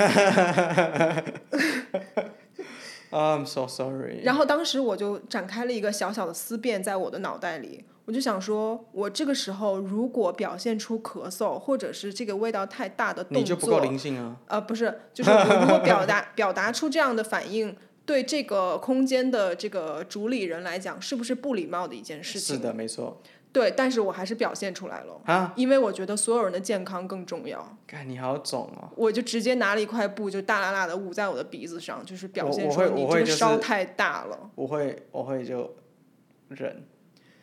A: I'm so sorry。
B: 然后当时我就展开了一个小小的思辨，在我的脑袋里，我就想说，我这个时候如果表现出咳嗽，或者是这个味道太大的动作，
A: 你就不够灵性啊。
B: 呃，不是，就是我如果 表达表达出这样的反应，对这个空间的这个主理人来讲，是不是不礼貌的一件事
A: 是
B: 情？
A: 的，没错。
B: 对，但是我还是表现出来了，
A: 啊，
B: 因为我觉得所有人的健康更重要。
A: 看你好肿哦。
B: 我就直接拿了一块布，就大辣辣的捂在我的鼻子上，就是表
A: 我
B: 现
A: 我
B: 说
A: 会
B: 你
A: 我
B: 这
A: 会
B: 个
A: 就是
B: 烧太大了。
A: 我会我会就忍，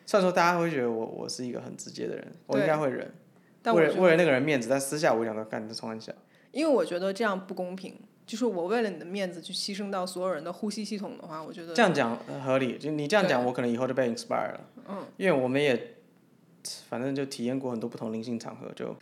A: 虽然说大家会觉得我我是一个很直接的人，我应该会忍，
B: 但我
A: 为了
B: 觉
A: 为了那个人面子，但私下我两个干这冲完下，
B: 因为我觉得这样不公平，就是我为了你的面子去牺牲到所有人的呼吸系统的话，我觉得
A: 这样讲呃合理，就你这样讲，我可能以后就被 inspire 了，嗯，因为我们也反正就体验过很多不同灵性场合，就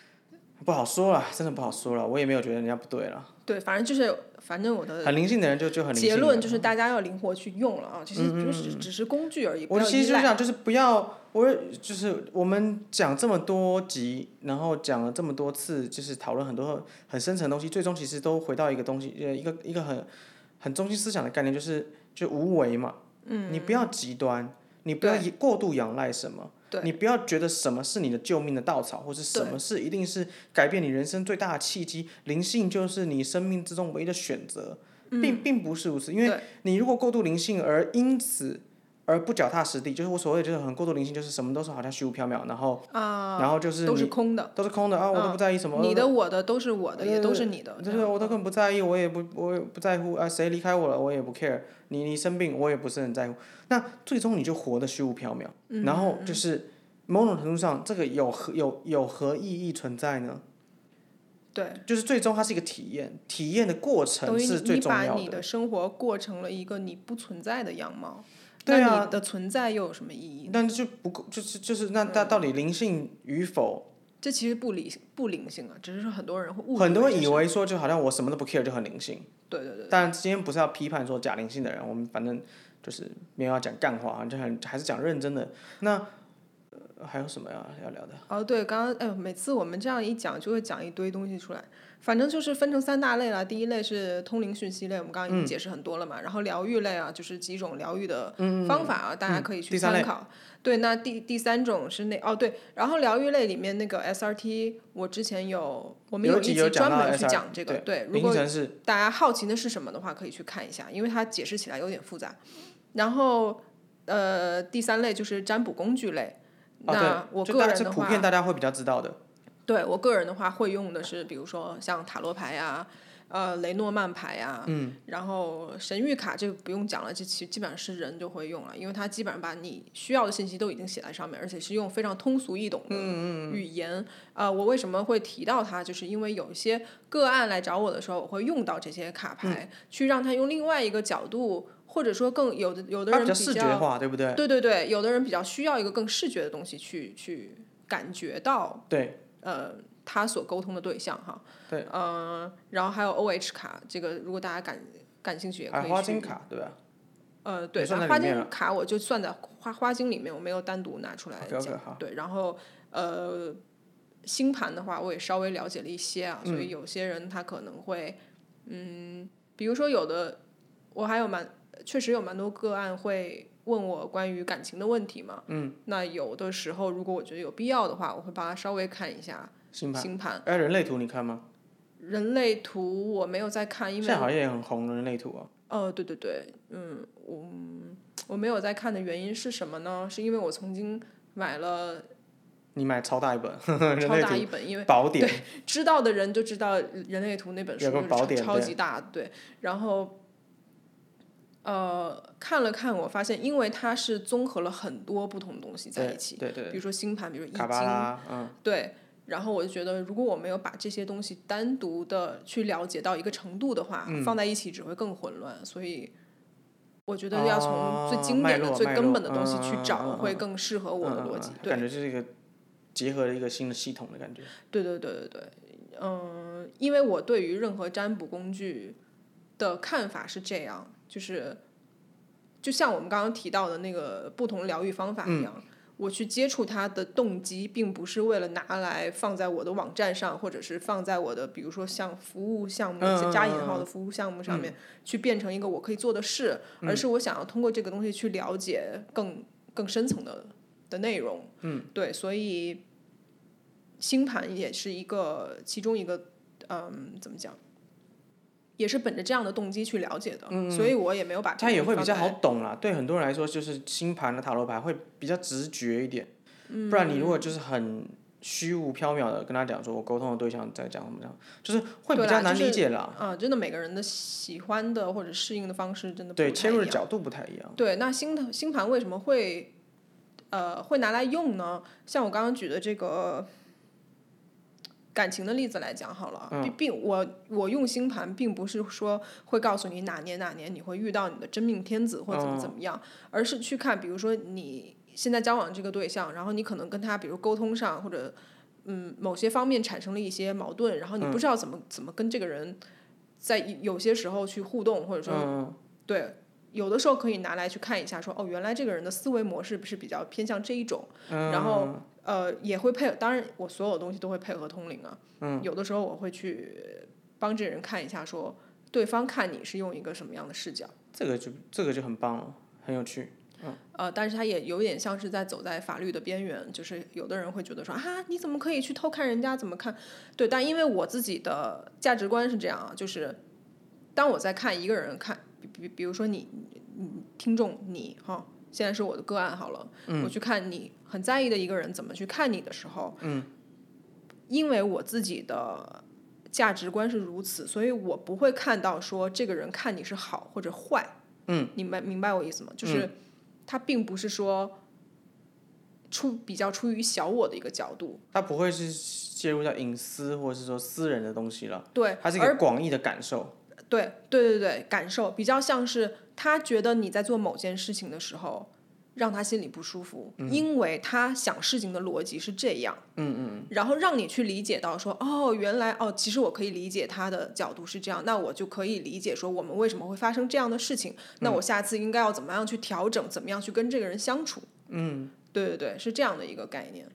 A: 不好说了，真的不好说了，我也没有觉得人家不对了，
B: 对，反正就是反正我的
A: 很灵性的嗯人就就很灵性
B: 结
A: 了，
B: 论就是大家要灵活去用了啊，其实就是只是工具而已，
A: 嗯
B: 不
A: 我
B: 要
A: 其实
B: 依
A: 就
B: 赖。
A: 想，就是不要，我就是我们讲这么多集，然后讲了这么多次，就是讨论很多很深层的东西，最终其实都回到一个东西，呃，一个一个很很中心思想的概念，就是就无为嘛。嗯，你不要极端，你不要
B: 对
A: 以过度仰赖什么。
B: 对
A: 你不要觉得什么是你的救命的稻草，或是什
B: 对
A: 么是一定是改变你人生最大的契机。灵性就是你生命之中唯一的选择，并并不是如此。因为
B: 嗯对
A: 你如果过度灵性而因此而不脚踏实地，就是我所谓的就是很过度灵性，就是什么都是好像虚无缥缈，然后啊，然后就是
B: 都是空嗯的，
A: 都是空的啊，我都不在意什么，
B: 你的我的都是我的，也都是你的，
A: 就是我都根本不在意，我也不我也不在乎啊，谁离开我了我也不 care，你你生病我也不是很在乎，那最终你就活得虚无缥缈，
B: 嗯
A: 然后就是某种程度上这个有何有有何意义存在呢？
B: 对，
A: 就是最终它是一个体验，体验的过程
B: 等于
A: 是
B: 你
A: 最
B: 你
A: 重
B: 把
A: 要
B: 你的生活过成了一个你不存在的样貌，
A: 对啊
B: 那你的存在又有什么意义？
A: 但就不够，就是就是那
B: 嗯
A: 那到底灵性与否，
B: 这其实不理不灵性啊，只是说很多人会误
A: 很多
B: 这
A: 人以
B: 是
A: 为说就好像我什么都不 care 就很灵性。
B: 对对对，
A: 但今天不是要批判说假灵性的人，我们反正就是没有要讲干话，就很还是讲认真的。那、呃还有什么要要聊的？
B: 哦对，刚刚哎呦，每次我们这样一讲就会讲一堆东西出来，反正就是分成三大类了。第一类是通灵讯息类，我们刚
A: 嗯
B: 刚已经解释很多了嘛。然后疗愈类啊，就是几种疗愈的
A: 嗯
B: 方法啊，大家可以去
A: 第三
B: 参
A: 类
B: 考。对，那第第三种是那哦对，然后疗愈类里面那个 SRT，我之前有我们
A: 有
B: 一
A: 集
B: 集
A: 有讲
B: 专
A: 到
B: 门去
A: SRT
B: 讲这个，对，如
A: 灵
B: 果
A: 异城市
B: 大家好奇的是什么的话，可以去看一下，因为它解释起来有点复杂。然后，呃，第三类就是占卜工具类。
A: 哦，
B: 那
A: 对，
B: 我
A: 就
B: 个
A: 大
B: 人
A: 是
B: 的
A: 普
B: 话，
A: 遍大家会比较知道的。
B: 对我个人的话会用的是，比如说像塔罗牌呀、呃雷诺曼牌呀、嗯，然后神谕卡这个不用讲了，这其基本上是人就会用了，因为它基本上把你需要的信息都已经写在上面，而且是用非常通俗易懂的
A: 嗯
B: 语言。呃，我为什么会提到它，就是因为有一些个案来找我的时候，我会用到这些卡牌，
A: 嗯
B: 去让他用另外一个角度，或者说更有的有的
A: 它
B: 人
A: 啊比较视觉化，对不对？
B: 对对对，有的人比较需要一个更视觉的东西去去感觉到
A: 对，
B: 呃他所沟通的对象哈。
A: 对。
B: 嗯、然后还有 OH 卡，这个如果大家感感兴趣也可以
A: 还
B: 去。
A: 有啊花金卡，对吧？
B: 呃，对，
A: 也算在
B: 那花
A: 里面
B: 精卡我就算在花花精里面，我没有单独拿出来讲。
A: OK，OK，好
B: 对，然后呃，星盘的话，我也稍微了解了一些啊，
A: 嗯
B: 所以有些人他可能会，嗯，比如说有的，我还有蛮确实有蛮多个案会问我关于感情的问题嘛，嗯，那有的时候如果我觉得有必要的话，我会帮他稍微看一下
A: 星盘。
B: 星盘。
A: 哎，人类图你看吗？
B: 人类图我没有在啊看，因
A: 现
B: 为
A: 在好像也很红，人类图啊。
B: 哦，对对对，嗯，我我没有在看的原因是什么呢？是因为我曾经买了
A: 你买超大一本， 人
B: 超
A: 类
B: 大
A: 图
B: 一本，因为
A: 宝典。
B: 知道的人就知道《人类图》那本书
A: 有个
B: 就是
A: 宝
B: 超
A: 典
B: 超
A: 对
B: 级大，对。然后，呃，看了看，我发现，因为它是综合了很多不同的东西在一起，
A: 对对
B: 比如说星盘，比如说易
A: 卡巴
B: 经，
A: 拉，嗯，
B: 对，然后我就觉得，如果我没有把这些东西单独的去了解到一个程度的话，
A: 嗯
B: 放在一起只会更混乱。所以，我觉得要从最
A: 哦
B: 经
A: 脉
B: 典的、
A: 络
B: 最
A: 脉
B: 根
A: 络
B: 本的东西
A: 嗯
B: 去
A: 嗯
B: 找，
A: 嗯嗯
B: 会更适合我的
A: 嗯嗯
B: 逻
A: 嗯
B: 辑。
A: 感觉就是一个结合了一个新的系统的感觉。
B: 对，对，对，对，对，嗯，因为我对于任何占卜工具的看法是这样，就是就像我们刚刚提到的那个不同疗愈方法
A: 嗯
B: 一样。我去接触它的动机，并不是为了拿来放在我的网站上，或者是放在我的，比如说像服务项目、
A: 嗯
B: 加引号的服务项目上面，去变成一个我可以做的事，
A: 嗯
B: 而是我想要通过这个东西去了解更更深层的的内容。嗯，对，所以星盘也是一个其中一个，嗯，怎么讲？也是本着这样的动机去了解的，所以我也没有把这
A: 嗯它
B: 个
A: 也会
B: 放
A: 比较
B: 在
A: 好懂啦，对很多人来说，就是星盘的啊塔罗牌会比较直觉一点。
B: 嗯
A: 不然你如果就是很虚无缥缈的跟他讲说，我沟通的对象在讲什么讲，就是会比
B: 对
A: 较
B: 啦
A: 难
B: 就是
A: 理解啦。
B: 啊，真的每个人的喜欢的或者适应的方式真的不
A: 对，
B: 太
A: 切入的
B: 一样
A: 角度不太一样。
B: 对，那星的星盘为什么会呃会拿来用呢？像我刚刚举的这个感情的例子来讲好了，啊
A: 嗯
B: 并并我我用星盘并不是说会告诉你哪年哪年你会遇到你的真命天子或怎么怎么样，
A: 嗯
B: 而是去看，比如说你现在交往这个对象，然后你可能跟他比如沟通上或者嗯某些方面产生了一些矛盾，然后你不知道怎么、怎么跟这个人。在有些时候去互动，或者说
A: 嗯，
B: 对，有的时候可以拿来去看一下说，哦，原来这个人的思维模式是比较偏向这一种，然后呃也会配合，当然我所有东西都会配合通灵啊，嗯，有的时候我会去帮这个人看一下说。对方看你是用一个什么样的视角，
A: 这个就这个就很棒了，很有趣。
B: 呃，但是他也有点像是在走在法律的边缘，就是有的人会觉得说啊，你怎么可以去偷看人家怎么看？对，但因为我自己的价值观是这样啊，就是当我在看一个人看，比比比如说你，你你听众你哈，现在是我的个案好了，我去看你很在意的一个人怎么去看你的时候，嗯，因为我自己的价值观是如此，所以我不会看到说这个人看你是好或者坏，嗯，你明明白我意思吗？就是他并不是说出比较出于小我的一个角度，
A: 它不会是介入到隐私或者是说私人的东西了，
B: 对，
A: 它是一
B: 而
A: 个广义的感受。
B: 对对对对，感受比较像是他觉得你在做某件事情的时候，让他心里不舒服，因为他想事情的逻辑是这样，嗯嗯，然后让你去理解到说，哦，原来哦，其实我可以理解他的角度是这样，那我就可以理解说我们为什么会发生这样的事情，那我下次应该要怎么样去调整，怎么样去跟这个人相处，嗯，对对对，是这样的一个概念。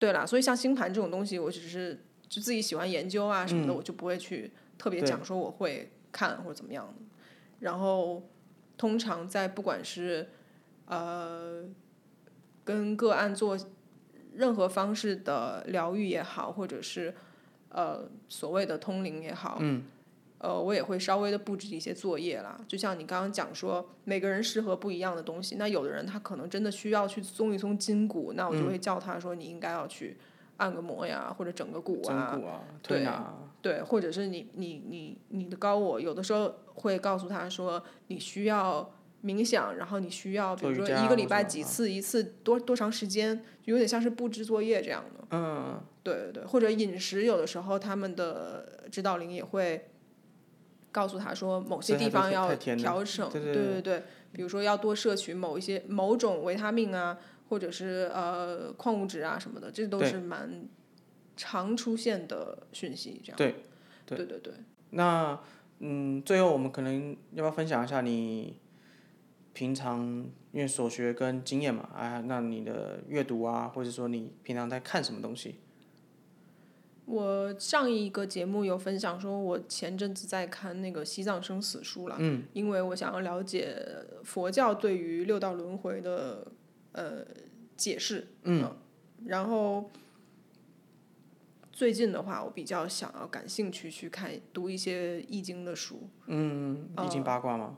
B: 对啦，所以像星盘这种东西，我只是就自己喜欢研究啊什么的，我就不会去特别
A: 对
B: 讲说我会看或者怎么样的。然后通常在不管是呃跟个案做任何方式的疗愈也好，或者是呃所谓的通灵也好，嗯。呃，我也会稍微的布置一些作业啦，就像你刚刚讲说，每个人适合不一样的东西。那有的人他可能真的需要去松一松筋骨，那我就会叫他说，你应该要去按个摩呀，或者整个骨
A: 整
B: 啊，
A: 骨啊，推拿啊，
B: 对，或者是你你你你的高我，有的时候会告诉他说，你需要冥想，然后你需要比
A: 做
B: 如
A: 瑜
B: 说
A: 伽
B: 一
A: 或
B: 个礼
A: 者
B: 拜
A: 什么
B: 几
A: 啊
B: 次，一次多多长时间，有点像是布置作业这样的。
A: 嗯，
B: 对对对，或者饮食，有的时候他们的指导灵也会告诉他说，某些
A: 这还
B: 地
A: 不
B: 方
A: 是
B: 要
A: 太甜了
B: 调整，
A: 对
B: 对
A: 对
B: 对对，比如说要多摄取某一些某种维他命啊，或者是呃矿物质啊什么的，这都
A: 对
B: 是蛮常出现的讯息，这样
A: 对
B: 对对对对。
A: 那嗯，最后我们可能要不要分享一下你平常因为所学跟经验嘛？啊，那你的阅读啊，或者说你平常在看什么东西？
B: 我上一个节目有分享说，我前阵子在看那个《西藏生死书》了，嗯，因为我想要了解佛教对于六道轮回的呃解释，嗯，然后最近的话，我比较想要感兴趣去看读一些易经的书，
A: 嗯，易经八卦吗？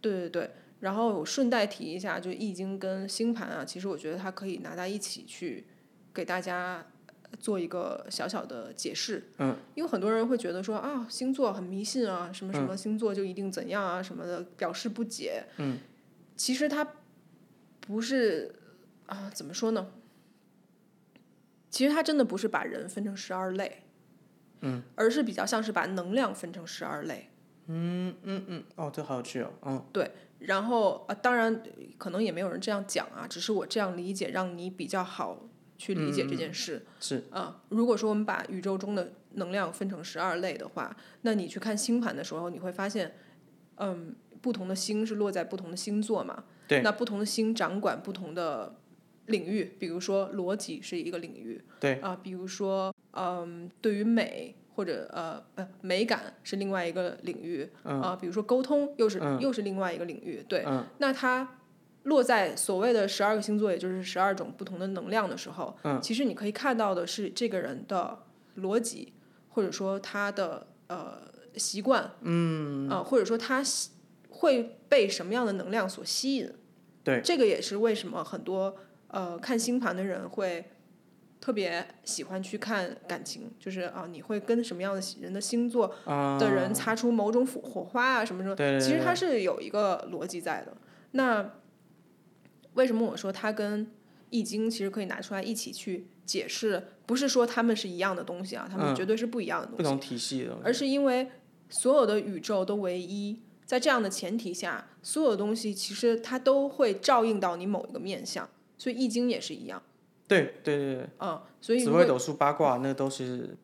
B: 对对对，然后我顺带提一下，就易经跟星盘啊，其实我觉得它可以拿在一起去给大家呃做一个小小的解释。嗯，因为很多人会觉得说啊，星座很迷信啊，什么什么星座就一定怎样啊什么的，表示不解。嗯，其实它不是啊，怎么说呢？其实它真的不是把人分成十二类，嗯，而是比较像是把能量分成十二类。
A: 嗯，哦，这好有趣哦。嗯，
B: 然后啊，当然可能也没有人这样讲啊，只是我这样理解，让你比较好去理解这件事。
A: 嗯是
B: 啊，如果说我们把宇宙中的能量分成十二类的话，那你去看星盘的时候，你会发现，嗯，不同的星是落在不同的星座嘛？
A: 对
B: 那不同的星掌管不同的领域，比如说逻辑是一个领域，
A: 对
B: 啊，比如说，嗯，对于美或者呃呃美感是另外一个领域，啊，比如说沟通又是、又是另外一个领域，对，那它。落在所谓的十二个星座，也就是十二种不同的能量的时候，其实你可以看到的是这个人的逻辑，或者说他的呃习惯，嗯，呃，或者说他喜会被什么样的能量所吸引。
A: 对，
B: 这个也是为什么很多呃看星盘的人会特别喜欢去看感情，就是啊、你会跟什么样的人的星座
A: 啊、
B: 的人擦出某种火火花啊什么什么，
A: 对对对
B: 其实它是有一个逻辑在的。那为什么我说它跟易经其实可以拿出来一起去解释？不是说他们是一样的东西啊，他们绝对是不一样的
A: 嗯
B: 东
A: 不
B: 西，
A: 同体系的东西。
B: 而是因为所有的宇宙都唯一。在这样的前提下，所有的东西其实它都会照应到你某一个面相，所以易经也是一样
A: 对对对对，
B: 啊、所以
A: 紫
B: 如
A: 微
B: 果
A: 斗数八卦那都是，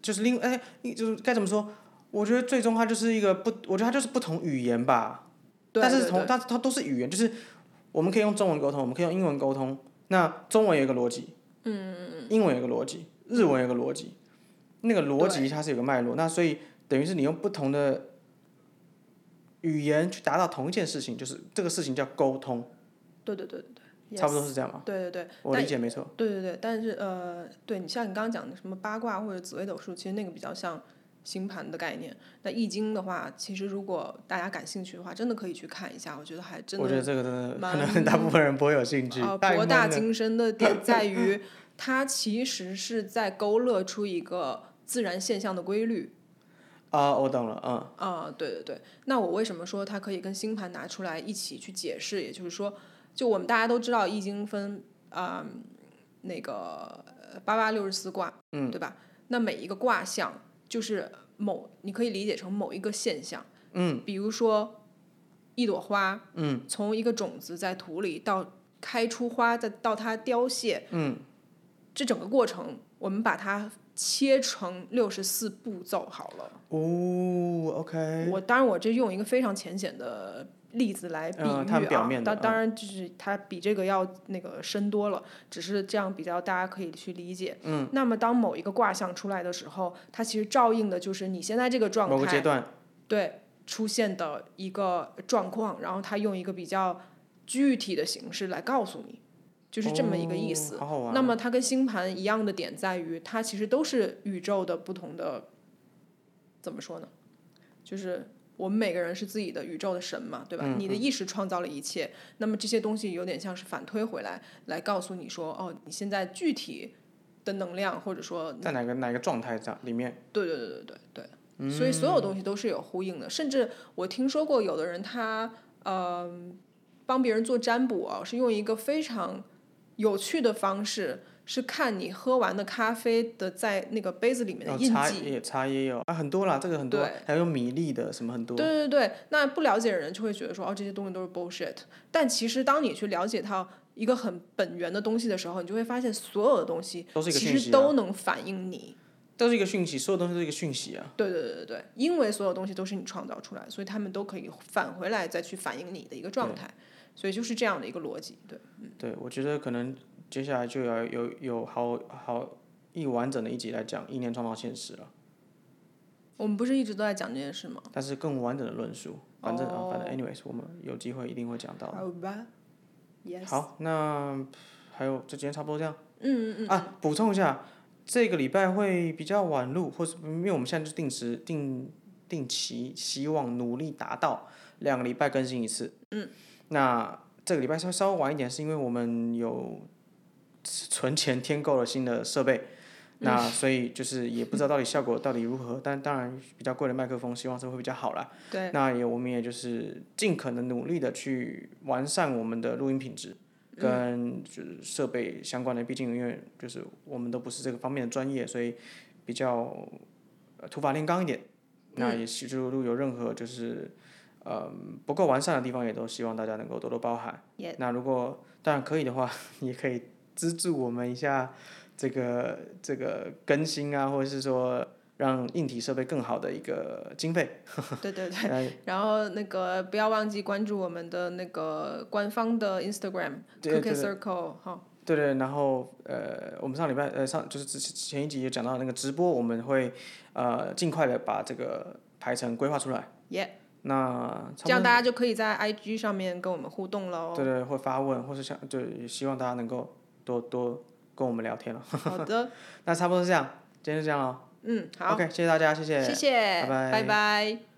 A: 就是另哎，就是该怎么说？我觉得最终它就是一个不，我觉得它就是不同语言吧。
B: 对
A: 但
B: 对
A: 是
B: 对
A: 从但它都是语言，就是我们可以用中文沟通，我们可以用英文沟通。那中文有一个逻辑，嗯，英文有一个逻辑，日文有一个逻辑，那个逻辑它是有个脉络。那所以等于是你用不同的语言去达到同一件事情，就是这个事情叫沟通，
B: 对对对对对，
A: 差不多是这样
B: yes，
A: 吧？
B: 对对对。
A: 啊我理解没错。
B: 对对对，但是呃，对你像你刚刚讲的什么八卦或者紫微斗数，其实那个比较像星盘的概念。那易经的话，其实如果大家感兴趣的话，真的可以去看一下，我觉得还真的
A: 我觉得这个真的可
B: 蛮
A: 能大部分人不会有兴趣。
B: 呃，
A: 太
B: 博
A: 闷
B: 大
A: 了
B: 精深的点在于，它其实是在勾勒出一个自然现象的规律。
A: 啊、我懂了，嗯，
B: 啊、对对对。那我为什么说它可以跟星盘拿出来一起去解释？也就是说，就我们大家都知道《易经》分啊、那个八八六十四卦，嗯，对吧？那每一个卦象就是某，你可以理解成某一个现象，嗯，比如说一朵花，嗯，从一个种子在土里到开出花，再到它凋谢，嗯，这整个过程，我们把它切成六十四步骤好了。
A: 哦，OK，
B: 我当然，我这用一个非常浅显的例子来比喻啊，
A: 嗯它表面的
B: 当当然就是它比这个要那个深多了，只是这样比较大家可以去理解。嗯，那么当某一个卦象出来的时候，它其实照应的就是你现在这个状
A: 某个阶
B: 态
A: 段，
B: 对出现的一个状况，然后它用一个比较具体的形式来告诉你，就是这么一个意思。
A: 哦好好玩。
B: 那么它跟星盘一样的点在于，它其实都是宇宙的不同的，怎么说呢？就是我们每个人是自己的宇宙的神嘛，对吧？你的意识创造了一切，那么这些东西有点像是反推回来，来告诉你说，哦，你现在具体的能量，或者说
A: 在哪个哪个状态上里面？
B: 对对对对对对，所以所有东西都是有呼应的。甚至我听说过有的人他呃帮别人做占卜啊，是用一个非常有趣的方式，是看你喝完的咖啡的在那个杯子里面的
A: 哦
B: 印
A: 茶
B: 记。
A: 也茶也有啊，很多啦，这个很多
B: 对，
A: 还有米粒的什么很多
B: 对，对对，那不了解的人就会觉得说，哦，这些东西都是 bullshit。但其实当你去了解到一个很本源的东西的时候，你就会发现所有的东西
A: 都是一个
B: 其
A: 讯息
B: 实
A: 啊
B: 都能反映你。
A: 都是一个讯息，所有东西都是一个讯息啊。
B: 对对对对对，因为所有东西都是你创造出来，所以他们都可以返回来再去反映你的一个状态，所以就是这样的一个逻辑。对，
A: 对，我觉得可能接下来就要有有好好一完整的一集来讲意念创造现实了，
B: 我们不是一直都在讲这件事吗？
A: 但是更完整的论述。反正、啊，反
B: 哦
A: 正，anyways，我们有机会一定会讲到。
B: 好吧，yes，
A: 好，那还有就今天差不多这样。
B: 嗯嗯嗯，
A: 啊，补充一下，这个礼拜会比较晚录，或是因为我们现在就是定时、定定期，希望努力达到两个礼拜更新一次。嗯，那这个礼拜稍稍微晚一点，是因为我们有存钱添购了新的设备。
B: 嗯
A: 那所以就是也不知道到底效果到底如何，但当然比较贵的麦克风，希望是会比较好啦。
B: 对，
A: 那也我们也就是尽可能努力的去完善我们的录音品质，
B: 嗯
A: 跟就是设备相关的。毕竟因为就是我们都不是这个方面的专业，所以比较呃土法炼钢一点。
B: 嗯
A: 那也希就如有任何就是呃不够完善的地方，也都希望大家能够多多包涵。
B: 也
A: 那如果当然可以的话，也可以资助我们一下这个这个更新啊，或者是说让硬体设备更好的一个经费。
B: 对对
A: 哎
B: 对。然后那个不要忘记关注我们的那个官方的 Instagram
A: 对
B: Cookie
A: 对
B: Circle 哈，
A: 对对，然后呃，我们上礼拜呃上就是之前前一集也讲到那个直播，我们会呃尽快的把这个排程规划出来。
B: 耶，
A: 那啊差
B: 这样大哦家就可以在 IG 上面跟我们互动喽
A: 不。多对对会发问，或是想就也希望大家能够多多跟我们聊天了。
B: 好的，
A: 那差不多是这样，今天就这样了。
B: 嗯，好，
A: OK，谢谢大家，谢谢，
B: 谢谢，
A: 拜拜
B: 拜拜